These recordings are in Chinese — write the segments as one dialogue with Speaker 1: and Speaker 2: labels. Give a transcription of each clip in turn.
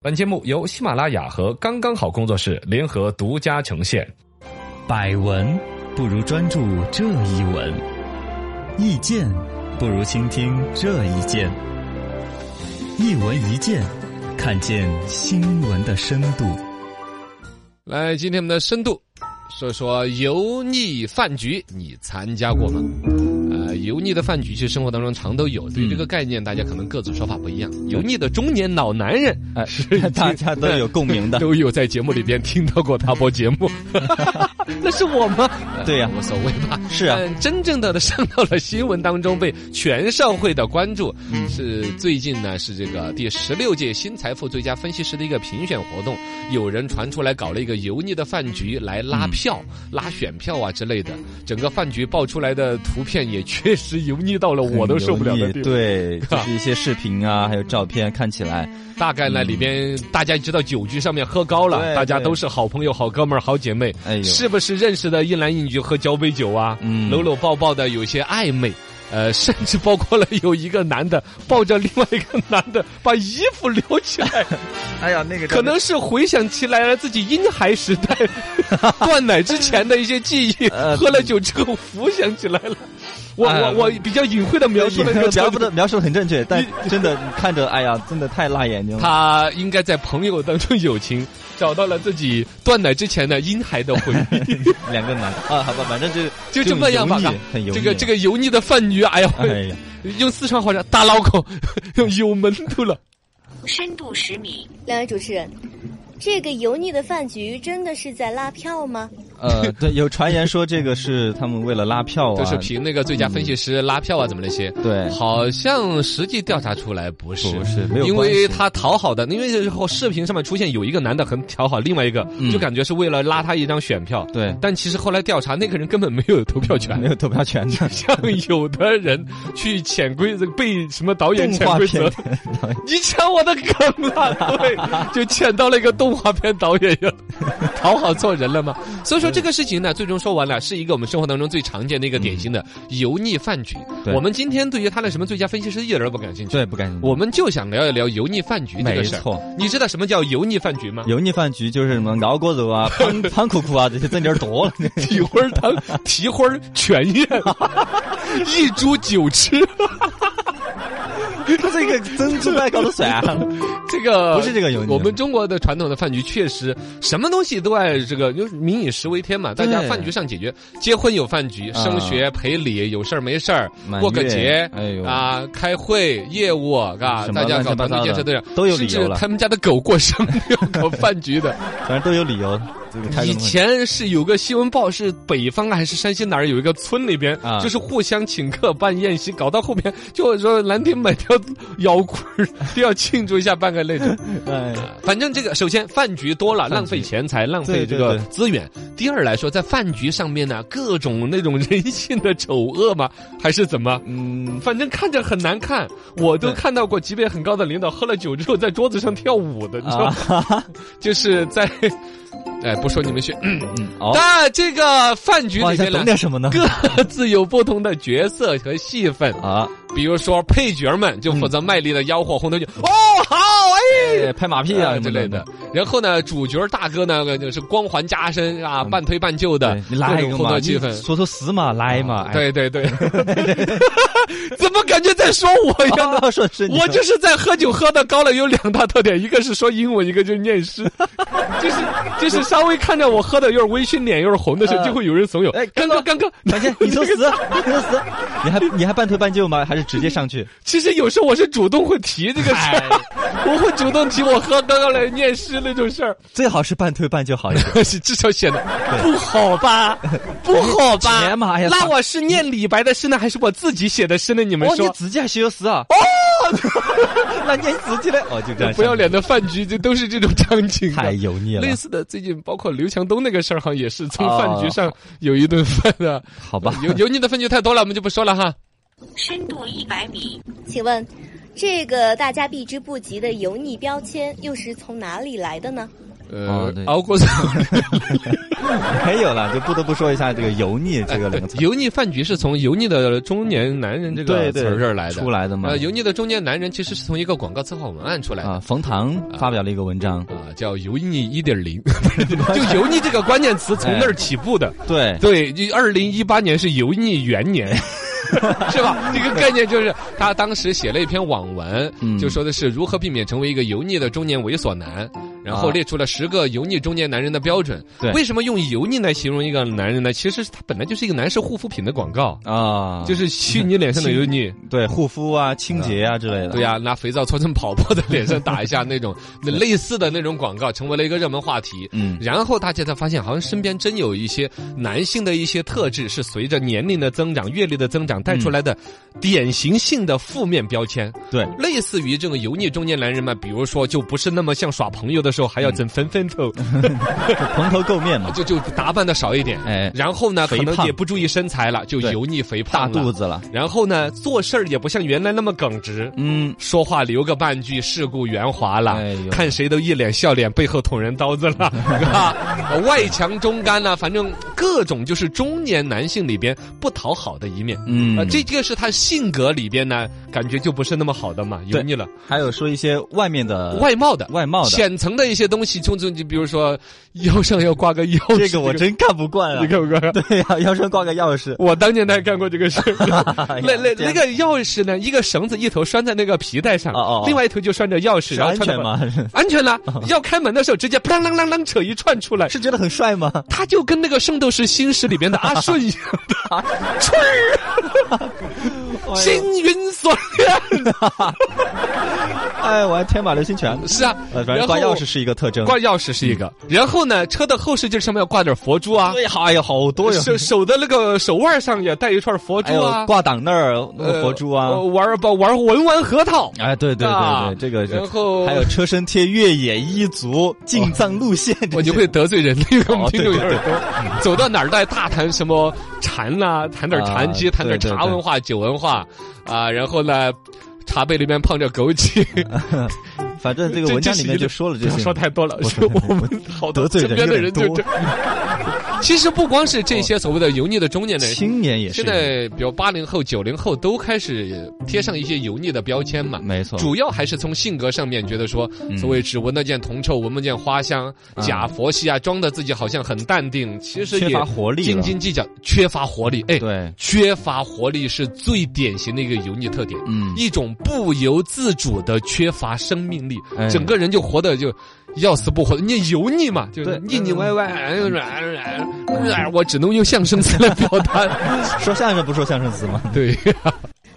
Speaker 1: 本节目由喜马拉雅和刚刚好工作室联合独家呈现。
Speaker 2: 百闻不如专注这一闻，意见不如倾听这一见。一闻一见，看见新闻的深度。
Speaker 3: 来，今天我们的深度，说说油腻饭局，你参加过吗？呃，油腻的饭局其实生活当中常都有，对于这
Speaker 1: 嗯
Speaker 3: 个概念，大家可能各自说法不一样。油腻的中年老男人，
Speaker 2: 哎， 大家都有共鸣的，
Speaker 3: 都有在节目里边听到过他播节 目，那是我吗？
Speaker 2: 对呀
Speaker 3: 无所谓吧。
Speaker 2: 是啊
Speaker 3: 但真正的上到了新闻当中，被全社会的关注。
Speaker 2: 嗯
Speaker 3: 是最近呢，是这个第十六届新财富最佳分析师的一个评选活动，有人传出来搞了一个油腻的饭局来拉票、
Speaker 2: 嗯
Speaker 3: 拉选票啊之类的。整个饭局爆出来的图片也确实油腻到了我都受不了的地步。
Speaker 2: 对，就是一些视频啊，还有照片，看起来
Speaker 3: 大概呢，里边大家知道酒局上面喝高了，
Speaker 2: 对
Speaker 3: 大家
Speaker 2: 对
Speaker 3: 都是好朋友、好哥们儿、好姐妹
Speaker 2: 哎呦，
Speaker 3: 是不是认识的一男一女喝交杯酒啊
Speaker 2: 嗯，
Speaker 3: 搂搂抱抱的，有些暧昧。呃，甚至包括了有一个男的抱着另外一个男的，把衣服撩起来，
Speaker 2: 哎呀，那个
Speaker 3: 可能是回想起来了自己婴孩时代断奶之前的一些记忆，
Speaker 2: 呃
Speaker 3: 喝了酒之后浮想起来了。我
Speaker 2: 哎呀
Speaker 3: 我我比较隐晦的描 述了一个
Speaker 2: 描
Speaker 3: 场
Speaker 2: 述
Speaker 3: 景
Speaker 2: 的描述的很正确，但 真的你看着，哎呀，真的太辣眼睛了。
Speaker 3: 他应该在朋友当中友情找到了自己断奶之前的婴孩的回忆，
Speaker 2: 两个男的啊，好吧，反正就是
Speaker 3: 就这么样吧啊
Speaker 2: 很油腻。很油腻啊
Speaker 3: 这个这个油腻的饭女，哎呀，
Speaker 2: 哎呀，
Speaker 3: 用四川话讲大脑 壳，有门头了。
Speaker 4: 深度十米，
Speaker 5: 两位主持人，这个油腻的饭局真的是在拉票吗？
Speaker 2: 呃，对，有传言说这个是他们为了拉票啊，
Speaker 3: 都是凭那个最佳分析师拉票啊，怎么那些。
Speaker 2: 对
Speaker 3: 好像实际调查出来不是，
Speaker 2: 不是没有
Speaker 3: 因
Speaker 2: 关系
Speaker 3: 为他讨好的，因为这时候视频上面出现有一个男的很讨好另外一个，
Speaker 2: 嗯
Speaker 3: 就感觉是为了拉他一张选票。
Speaker 2: 对
Speaker 3: 但其实后来调查，那个人根本没有投票权
Speaker 2: 没。有投票权的。
Speaker 3: 像有的人去潜规则，被什么导演
Speaker 2: 动
Speaker 3: 潜
Speaker 2: 画
Speaker 3: 规
Speaker 2: 片
Speaker 3: 则
Speaker 2: 的，导演
Speaker 3: 你抢我的梗了，对，就抢到了一个动画片导演 呀，讨好错人了吗？所以说这个事情呢，最终说完了，是一个我们生活当中最常见的一个典型的油腻饭局。
Speaker 2: 嗯对
Speaker 3: 我们今天对于他的什么最佳分析师一点儿都不感兴趣，
Speaker 2: 对，不干净。
Speaker 3: 我们就想聊一聊油腻饭局这
Speaker 2: 没
Speaker 3: 个事儿。
Speaker 2: 错，
Speaker 3: 你知道什么叫油腻饭局吗？
Speaker 2: 油腻饭局就是什么熬锅肉 啊、胖胖裤裤啊这些真点儿多了。
Speaker 3: 蹄花儿汤、蹄花儿全宴，一株九吃，
Speaker 2: 他这个珍珠奶糕都算了。
Speaker 3: 这个
Speaker 2: 不是这个油腻
Speaker 3: 我们中国的传统的饭局确实什么东西都爱这个，就是民以食为天嘛，大家
Speaker 2: 对
Speaker 3: 饭局上解决。结婚有饭局，
Speaker 2: 啊
Speaker 3: 升学赔礼有事儿没事儿
Speaker 2: 满，
Speaker 3: 过个
Speaker 2: 月
Speaker 3: 节，
Speaker 2: 哎呦
Speaker 3: 啊，开会业务，嘎，
Speaker 2: 什么
Speaker 3: 大家
Speaker 2: 乱
Speaker 3: 搞
Speaker 2: 七
Speaker 3: 团
Speaker 2: 八
Speaker 3: 队
Speaker 2: 糟
Speaker 3: 建设
Speaker 2: 的
Speaker 3: 对
Speaker 2: 都有
Speaker 3: 甚
Speaker 2: 理由
Speaker 3: 至
Speaker 2: 了
Speaker 3: 他们家的狗过生日要搞饭局的。
Speaker 2: 反正都有理由。这 个开个
Speaker 3: 以
Speaker 2: 东西
Speaker 3: 前是有个新闻报，是北方还是山西哪儿有一个村里边
Speaker 2: 啊，
Speaker 3: 就是互相请客办宴席，搞到后边就说蓝天买条 摇棍儿 都要庆祝一下，办个那种。
Speaker 2: 哎，
Speaker 3: 反正这个，首先饭局多了，
Speaker 2: 局
Speaker 3: 浪费钱财，浪费
Speaker 2: 对
Speaker 3: 这
Speaker 2: 对
Speaker 3: 个
Speaker 2: 对
Speaker 3: 资源。第二来说，在饭局上面呢，各种那种人性的丑恶嘛，还是怎么？
Speaker 2: 嗯，
Speaker 3: 反正看着很难看，我都
Speaker 2: 对
Speaker 3: 看到过级别很高的领导喝了酒之后在桌子上跳舞的，你知道
Speaker 2: 啊
Speaker 3: 吗？，就是在， 哎，不说你们学，
Speaker 2: 嗯，哦，
Speaker 3: 但这个饭局
Speaker 2: 哇，
Speaker 3: 里
Speaker 2: 想
Speaker 3: 面
Speaker 2: 懂
Speaker 3: 呢，
Speaker 2: 点什么呢？
Speaker 3: 各自有不同的角色和戏份。
Speaker 2: 啊，
Speaker 3: 比如说配角们就负
Speaker 2: 嗯
Speaker 3: 责卖力的吆喝红头酒，哦好哎。
Speaker 2: 哎拍马屁啊
Speaker 3: 啊
Speaker 2: 什
Speaker 3: 之
Speaker 2: 么
Speaker 3: 类的，然后呢，主角大哥呢就是光环加身啊，半推半就的
Speaker 2: 嗯对，你来一
Speaker 3: 各
Speaker 2: 个
Speaker 3: 种活
Speaker 2: 嘛，
Speaker 3: 动气
Speaker 2: 你
Speaker 3: 氛。啊
Speaker 2: 说说实嘛，来嘛，哎，
Speaker 3: 对对 对， 怎么感觉在说我一样呢？
Speaker 2: 啊，说是你
Speaker 3: 我
Speaker 2: 说
Speaker 3: 就是在喝酒喝的高了，有两大特点，一个是说英文，一个就是念 诗，就是就是稍微看着我喝的有点微醺，脸有点红的时候，
Speaker 2: 呃
Speaker 3: 就会有人怂恿
Speaker 2: 哎，
Speaker 3: 刚刚刚刚，
Speaker 2: 感谢你说死，你说死，你还你还半推半就吗？还是直接上去？
Speaker 3: 其实有时候我是主动会提这个事儿，我会主动提我喝刚刚来念诗那种事儿，
Speaker 2: 最好是半推半就好一 点。
Speaker 3: 是至少显得不好 吧，不好吧？
Speaker 2: 哎妈呀
Speaker 3: 那我是念李白的诗呢，还是我自己写的诗呢？你们
Speaker 2: 哦，你
Speaker 3: 说？
Speaker 2: 自己还写诗啊？哦， 那你自己嘞？哦，就这样，
Speaker 3: 不要脸的饭局，这都是这种场景啊。
Speaker 2: 太油腻了
Speaker 3: 类。似的，最近包括刘强东那个事儿，好像也是从饭局
Speaker 2: 哦
Speaker 3: 上有一顿饭的。
Speaker 2: 好吧，
Speaker 3: 油油腻的饭局太多了，我们就不说了哈。
Speaker 4: 深度一百米，
Speaker 5: 请问，这个大家避之不及的油腻标签又是从哪里来的呢？
Speaker 3: 呃
Speaker 2: 哦对，
Speaker 3: 熬锅烧。
Speaker 2: 没有了，就不得不说一下这个“油腻”这个 两个词。
Speaker 3: 油腻饭局是从油腻的中年男人这个
Speaker 2: 对
Speaker 3: 词
Speaker 2: 对
Speaker 3: 儿这儿来的，
Speaker 2: 出来的嘛
Speaker 3: 呃，油腻的中年男人其实是从一个广告策划文案出来的。
Speaker 2: 啊，冯唐发表了一个文章，
Speaker 3: 啊，叫油腻一点零， 就油腻这个关键词从那儿起步的。
Speaker 2: 对，
Speaker 3: 对，啊就二零一八年是油腻元年， 是吧？这个概念就是他当时写了一篇网文，
Speaker 2: 嗯
Speaker 3: 就说的是如何避免成为一个油腻的中年猥琐男，然后
Speaker 2: 啊
Speaker 3: 列出了十个油腻中年男人的标准。
Speaker 2: 对
Speaker 3: 为什么用油腻来形容一个男人呢？其实他本来就是一个男士护肤品的广告。
Speaker 2: 啊，
Speaker 3: 就是吸你脸上的油腻，
Speaker 2: 对护肤啊、清洁啊之类的。
Speaker 3: 对呀、拿肥皂搓成泡泡在脸上打一下那种，那类似的那种广告成为了一个热门话题。
Speaker 2: 嗯，
Speaker 3: 然后大家才发现，好像身边真有一些男性的一些特质是随着年龄的增长、阅历的增长带出来的
Speaker 2: 嗯
Speaker 3: 典型性的负面标签，
Speaker 2: 对，
Speaker 3: 类似于这个油腻中年男人嘛，比如说就不是那么像耍朋友的时候还
Speaker 2: 嗯
Speaker 3: 要整分分头，
Speaker 2: 就蓬头垢面嘛，
Speaker 3: 就就打扮的少一点，
Speaker 2: 哎
Speaker 3: 然后呢，可
Speaker 2: 肥
Speaker 3: 能
Speaker 2: 胖
Speaker 3: 也不注意身材了，就
Speaker 2: 对
Speaker 3: 油腻肥胖
Speaker 2: 大
Speaker 3: 了
Speaker 2: 肚，子了。
Speaker 3: 然后呢，做事儿也不像原来那么耿直，
Speaker 2: 嗯，
Speaker 3: 说话留个半句，世故圆滑了，
Speaker 2: 哎呦
Speaker 3: 看谁都一脸笑脸，背后捅人刀子了， 啊，外强中干呐、反正各种就是中年男性里边不讨好的一面。
Speaker 2: 嗯
Speaker 3: 啊，这个是他性格里边呢，感觉就不是那么好的嘛，油
Speaker 2: 对
Speaker 3: 腻了，
Speaker 2: 还有说一些外面的
Speaker 3: 外貌的。
Speaker 2: 外貌的，
Speaker 3: 浅层的一些东西，就就就比如说腰上要挂个钥匙，
Speaker 2: 这个我 真看不惯啊
Speaker 3: 你。看不看？
Speaker 2: 对呀、腰身挂个钥匙，
Speaker 3: 我当年还干过这个事儿，
Speaker 2: 哎呀
Speaker 3: 那那
Speaker 2: 这
Speaker 3: 那
Speaker 2: 样
Speaker 3: 个钥匙呢，一个绳子一头拴在那个皮带上，
Speaker 2: 哦哦哦
Speaker 3: 另外一头就拴着钥匙，
Speaker 2: 是
Speaker 3: 然后
Speaker 2: 安
Speaker 3: 穿
Speaker 2: 全
Speaker 3: 着
Speaker 2: 吗？
Speaker 3: 安全了，要开门的时候直接啷啷啷啷扯一串出来，
Speaker 2: 是觉得很帅吗？
Speaker 3: 他就跟那个《圣斗士星矢》里边的阿顺一样的，吹儿，星云锁链。
Speaker 2: 哎，我还天马流星拳。
Speaker 3: 是啊，
Speaker 2: 呃，反
Speaker 3: 然
Speaker 2: 正
Speaker 3: 后
Speaker 2: 挂钥匙是一个特征。
Speaker 3: 挂钥匙是一个，然后呢，车的后视镜上面要挂点佛珠啊，
Speaker 2: 对，哎呀，好多哟。
Speaker 3: 手手的那个手腕上也带一串佛
Speaker 2: 还
Speaker 3: 珠
Speaker 2: 有
Speaker 3: 啊，
Speaker 2: 挂档那儿那
Speaker 3: 呃
Speaker 2: 个佛珠啊。
Speaker 3: 呃玩把玩文玩核桃。
Speaker 2: 哎，对对
Speaker 3: 啊
Speaker 2: 对对，这个是
Speaker 3: 然后
Speaker 2: 还有车身贴越野一族进藏路线，
Speaker 3: 我就
Speaker 2: 这些
Speaker 3: 会得罪人，那个我们
Speaker 2: 哦
Speaker 3: 听众有
Speaker 2: 对
Speaker 3: 点
Speaker 2: 对
Speaker 3: 多。走到哪儿都爱大谈什么禅呐、谈点禅机，
Speaker 2: 啊
Speaker 3: 谈点
Speaker 2: 对对
Speaker 3: 茶文化、酒文化，啊，然后呢，茶杯里面泡着枸杞。
Speaker 2: 反正这个文章里面就说了
Speaker 3: 不
Speaker 2: 这
Speaker 3: 要
Speaker 2: 些
Speaker 3: 说。太多了，是我 们好多
Speaker 2: 得罪
Speaker 3: 身
Speaker 2: 人
Speaker 3: 边的
Speaker 2: 有
Speaker 3: 人
Speaker 2: 点
Speaker 3: 就
Speaker 2: 多
Speaker 3: 这。 其实不光是这些所谓的油腻的中年人。
Speaker 2: 青年 也是
Speaker 3: 现，在，比如八零后、九零后都开始贴上一些油腻的标签嘛，
Speaker 2: 没错，
Speaker 3: 主要还是从性格上面觉得说，所谓只闻得见铜臭，闻不见花香，
Speaker 2: 嗯啊
Speaker 3: 假佛系啊，装的自己好像很淡定，其实也
Speaker 2: 缺乏活力
Speaker 3: 斤
Speaker 2: 了
Speaker 3: 斤计较，缺乏活力。哎，
Speaker 2: 对，
Speaker 3: 缺乏活力是最典型的一个油腻特点，
Speaker 2: 嗯
Speaker 3: 一种不由自主的缺乏生命力，
Speaker 2: 哎
Speaker 3: 整个人就活得就。要死不活的，你油腻嘛，就
Speaker 2: 对嗯
Speaker 3: 是腻腻歪歪，哎呦哎呦哎呦哎 呦我只能用相声词来表 达。
Speaker 2: 说相声不说相声词吗？
Speaker 3: 对，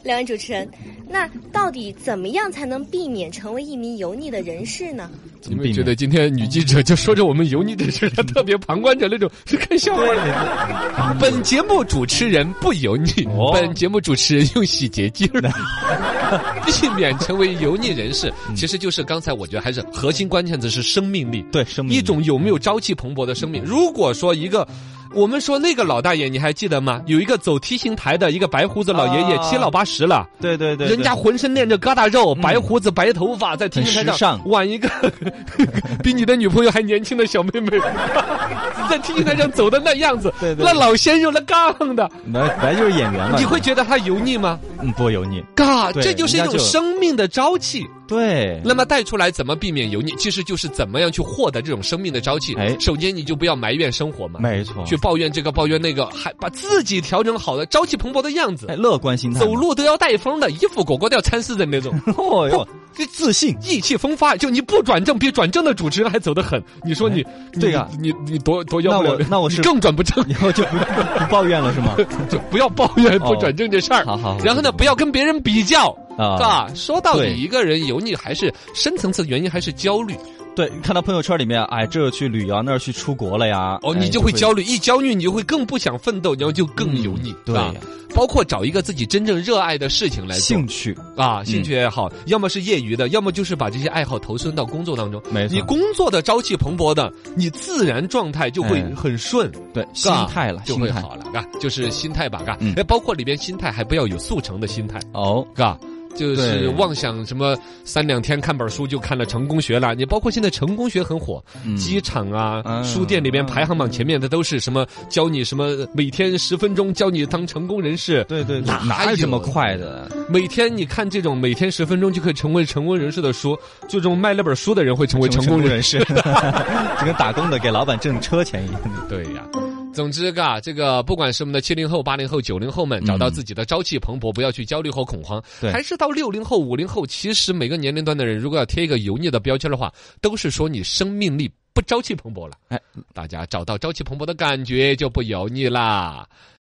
Speaker 5: 两位主持人，那到底怎么样才能避免成为一名油腻的人士呢？
Speaker 2: 怎
Speaker 3: 你
Speaker 2: 么
Speaker 3: 们
Speaker 2: 避
Speaker 3: 觉
Speaker 2: 免？
Speaker 3: 得今天女记者就说着我们油腻这事儿，她特别旁观者那种， 是看笑话的。本节目主持人不油腻，
Speaker 2: 哦
Speaker 3: 本节目主持人用洗洁精儿， 避免成为油腻人士。其实就是刚才我觉得还是核心关键词是生命力，
Speaker 2: 对，生命力
Speaker 3: 一种有没有朝气蓬勃的生命。如果说一个。我们说那个老大爷，你还记得吗？有一个走 T 型台的一个白胡子老爷爷，
Speaker 2: 啊
Speaker 3: 七老八十了。
Speaker 2: 对对对，对嗯
Speaker 3: 人家浑身练着疙瘩肉，白胡子、白头发，在 T
Speaker 2: 很
Speaker 3: 恤台
Speaker 2: 时尚
Speaker 3: 上挽一个 比你的女朋友还年轻的小妹妹， 在 T 恤台上走的那样子，
Speaker 2: 对对
Speaker 3: 那老鲜肉那杠的，
Speaker 2: 本来本来就是演员嘛，
Speaker 3: 你会觉得他油腻吗？
Speaker 2: 嗯不油腻？
Speaker 3: 嘎，
Speaker 2: 对
Speaker 3: 这就是一
Speaker 2: 人
Speaker 3: 种
Speaker 2: 家就
Speaker 3: 生命的朝气。
Speaker 2: 对，
Speaker 3: 那么带出来怎么避免油腻？其实就是怎么样去获得这种生命的朝气。
Speaker 2: 哎
Speaker 3: 首先你就不要埋怨生活嘛，
Speaker 2: 没错，
Speaker 3: 去抱怨这个抱怨那个，还把自己调整好了，朝气蓬勃的样子
Speaker 2: 哎，，乐观心态嘛，
Speaker 3: 走路都要带风的，衣服裹裹都要掺丝的那种。
Speaker 2: 哦哟，
Speaker 3: 这
Speaker 2: 自信
Speaker 3: 意气风发，就你不转正，比转正的主持人还走得狠。你说你，你
Speaker 2: 对呀
Speaker 3: 你你多多要不了
Speaker 2: 哎那我那我是
Speaker 3: 你更转不正，
Speaker 2: 以后就不不抱怨了是吗？
Speaker 3: 就不要抱怨不
Speaker 2: 哦
Speaker 3: 转正这事儿。
Speaker 2: 好好好
Speaker 3: 然后呢，不要跟别人比较。
Speaker 2: 啊
Speaker 3: 是吧？说到底，
Speaker 2: 对
Speaker 3: 一个人油腻还是深层次的原因，还是焦虑
Speaker 2: 对，看到朋友圈里面，哎，这去旅游，那儿去出国了呀，
Speaker 3: 哦，
Speaker 2: 哎
Speaker 3: 你就会焦虑，一焦虑你就会更不想奋斗，然后就更油腻，
Speaker 2: 嗯对
Speaker 3: 是吧
Speaker 2: 呀
Speaker 3: 包括找一个自己真正热爱的事情来做
Speaker 2: 兴趣，
Speaker 3: 啊，兴趣爱好，要么是业余的，要么就是把这些爱好投身到工作当中。
Speaker 2: 没错
Speaker 3: 你工作的朝气蓬勃的，你自然状态就会
Speaker 2: 哎
Speaker 3: 很顺，
Speaker 2: 对，
Speaker 3: 是
Speaker 2: 心
Speaker 3: 吧
Speaker 2: 态了，
Speaker 3: 就
Speaker 2: 心
Speaker 3: 会
Speaker 2: 态
Speaker 3: 好了，嘎，就是心态吧，嘎
Speaker 2: 哎嗯，
Speaker 3: 哎，包括里边心态还不要有速成的心态，
Speaker 2: 哦，
Speaker 3: 嘎。就是
Speaker 2: 对
Speaker 3: 妄想什么三两天看本书就看了成功学了。你包括现在成功学很火，机场啊、
Speaker 2: 嗯
Speaker 3: 书店里边排行榜前面的都是什么教你什么每天十分钟教你当成功人士。
Speaker 2: 对对，
Speaker 3: 哪
Speaker 2: 哪有
Speaker 3: 有
Speaker 2: 这么快的？
Speaker 3: 每天你看这种每天十分钟就可以成为成功人士的书，最终卖那本书的人会成为成功人士。
Speaker 2: 人士， 就跟打工的给老板挣车钱一样。
Speaker 3: 对呀、总之，嘎，这个不管是我们的七零后、八零后、九零后们，找到自己的朝气蓬勃，不要去焦虑和恐慌。
Speaker 2: 对
Speaker 3: 还是到六零后、五零后，其实每个年龄段的人，如果要贴一个油腻的标签的话，都是说你生命力不朝气蓬勃了。
Speaker 2: 哎
Speaker 3: 大家找到朝气蓬勃的感觉，就不油腻啦。